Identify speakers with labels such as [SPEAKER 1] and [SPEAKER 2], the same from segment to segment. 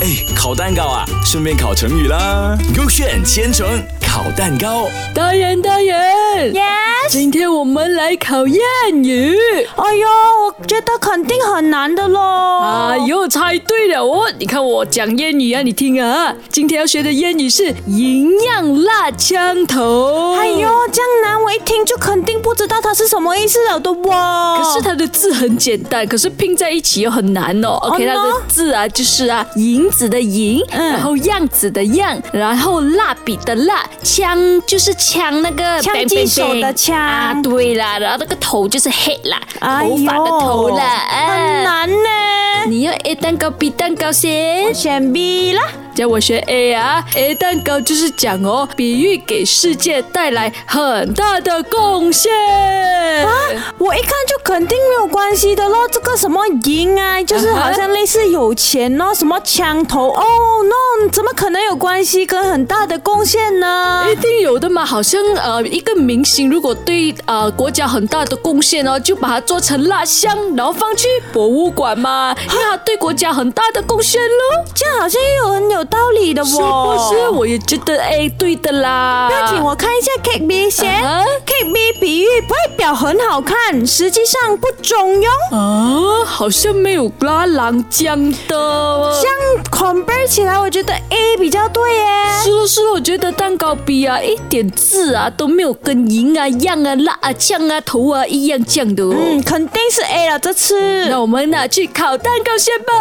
[SPEAKER 1] 哎，烤蛋糕啊，顺便烤成语啦。勾选千层烤蛋糕，
[SPEAKER 2] 大人，大人，
[SPEAKER 3] Yes，
[SPEAKER 2] 今天我们来考谚语。
[SPEAKER 3] 哎呦，我觉得肯定很难的咯。
[SPEAKER 2] 啊，又猜对了哦！你看我讲谚语啊，你听啊，今天要学的谚语是“营养辣枪头”。
[SPEAKER 3] 哎呦，，这样难，我一听就肯定不知道它是什么意思了的哇。
[SPEAKER 2] 可是它的字很简单，可是拼在一起又很难哦。OK，
[SPEAKER 3] 哦
[SPEAKER 2] 它
[SPEAKER 3] 喏
[SPEAKER 2] 的字啊就是啊，银子的银，
[SPEAKER 3] 嗯
[SPEAKER 2] 然后样子的样，然后蜡笔的蜡，枪就是枪那个
[SPEAKER 3] 枪
[SPEAKER 2] bang
[SPEAKER 3] 击
[SPEAKER 2] bang
[SPEAKER 3] 手的
[SPEAKER 2] bang
[SPEAKER 3] 枪
[SPEAKER 2] 啊，对啦，然后那个头就是 head 啦，
[SPEAKER 3] 哎
[SPEAKER 2] 头
[SPEAKER 3] 呦，
[SPEAKER 2] 发的头啦，
[SPEAKER 3] 哎很
[SPEAKER 2] 啊。
[SPEAKER 3] 难呢。
[SPEAKER 2] 你要 A 蛋糕 B 蛋糕先。
[SPEAKER 3] 选 B 啦，
[SPEAKER 2] 教我学 A 啊，A 蛋糕就是讲哦，比喻给世界带来很大的贡献。
[SPEAKER 3] 我一看就肯定没有关系的咯。这个什么银啊，就是
[SPEAKER 2] 嗯哼
[SPEAKER 3] 好像类似有钱哦，什么枪头哦、no，怎么可能有关系跟很大的贡献呢？
[SPEAKER 2] 一定有的嘛，好像呃，一个明星如果对呃国家很大的贡献哦，就把它做成蜡像，然后放去博物馆嘛，因为它对国家很大的贡献喽，
[SPEAKER 3] 这样好像又有很有道理的
[SPEAKER 2] 是
[SPEAKER 3] 哦。
[SPEAKER 2] 不是？啊我也觉得 A 对的啦。
[SPEAKER 3] 不要紧，我看一下 K B 先。
[SPEAKER 2] 啊
[SPEAKER 3] K B 比喻外表很好看，实际上不中用。
[SPEAKER 2] 啊，好像没有拉郎江的。
[SPEAKER 3] 这样 compare 起来，我觉得 A 比较对耶。
[SPEAKER 2] 是了是了，我觉得蛋糕 B 啊，一点字啊都没有跟银啊、样啊、辣啊、酱啊、头啊一样酱的哦。
[SPEAKER 3] 嗯，肯定是啊 A 了，这次
[SPEAKER 2] 那我们呢去烤蛋糕先吧。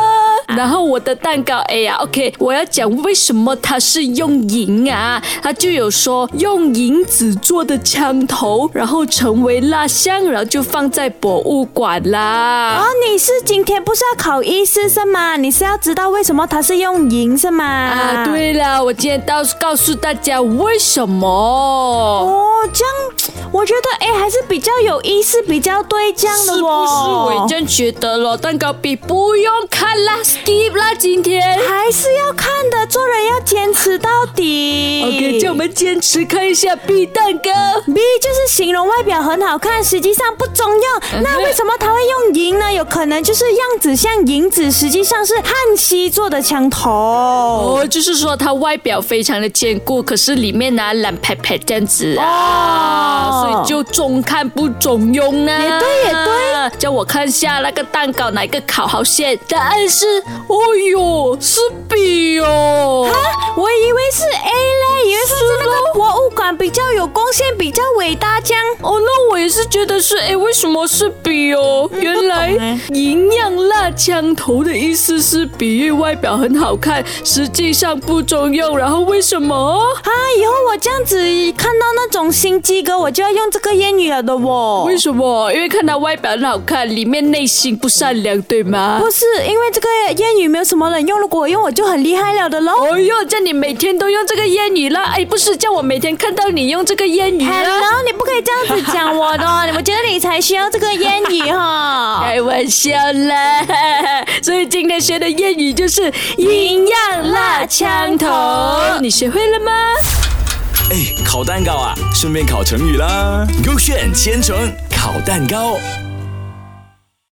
[SPEAKER 2] 然后我的蛋糕 A 啊，OK，我要讲为什么它是用银啊？它就有说用银子做的枪头，然后成为蜡像，然后就放在博物馆啦。
[SPEAKER 3] 哦，你是今天不是要考医师是吗？你是要知道为什么它是用银是吗？
[SPEAKER 2] 啊，。对了，我今天到告诉大家为什么。
[SPEAKER 3] 哦，这样我觉得 A 还是比较有意思，比较对这样的
[SPEAKER 2] 是不是我
[SPEAKER 3] 哦。
[SPEAKER 2] 已经觉得了？蛋糕比不用看啦，skip 啦，今天。
[SPEAKER 3] 还是要看的，做人要坚持到底。
[SPEAKER 2] OK，叫我们坚持看一下 B 蛋糕。
[SPEAKER 3] B 就是形容外表很好看，实际上不中用。
[SPEAKER 2] 嗯
[SPEAKER 3] 那为什么他会用银呢？有可能就是样子像银子，实际上是汉西做的枪头。
[SPEAKER 2] 哦，就是说它外表非常的坚固，可是里面呢懒拍拍这样子啊，
[SPEAKER 3] 哦
[SPEAKER 2] 所以就中看不中用呢。
[SPEAKER 3] 也对也
[SPEAKER 2] 对，叫我看一下那个蛋糕哪一个烤好先，答案是，哦哟，是 B 哦。
[SPEAKER 3] 我以为是 A 嘞，以为说是那个博物馆比较有贡献，比较伟大这样。
[SPEAKER 2] 哦，那我也是觉得是，诶，为什么是比哦？原
[SPEAKER 3] 嗯不懂
[SPEAKER 2] 来
[SPEAKER 3] 欸诶
[SPEAKER 2] 银样蜡枪头的意思是比喻外表很好看，实际上不中用。然后为什么？
[SPEAKER 3] 啊，以后我这样子看到那种心机哥，我就要用这个谚语了的哦。
[SPEAKER 2] 为什么？因为看他外表很好看，里面内心不善良，对吗？
[SPEAKER 3] 不是因为这个谚语没有什么人用，如果我用我就很厉害了的喽。
[SPEAKER 2] 哦哟，叫你每天都用这个谚语啦！哎，不是，叫我每天看到你用这个谚语啦。
[SPEAKER 3] Hello，你不可以这样子讲我 的哦，我觉得你才需要这个谚语哈。
[SPEAKER 2] 开玩笑啦！ 所以今天学的谚语就是“营养辣枪头”，你学会了吗？
[SPEAKER 1] 哎，烤蛋糕啊，顺便烤成语啦。勾选千层烤蛋糕。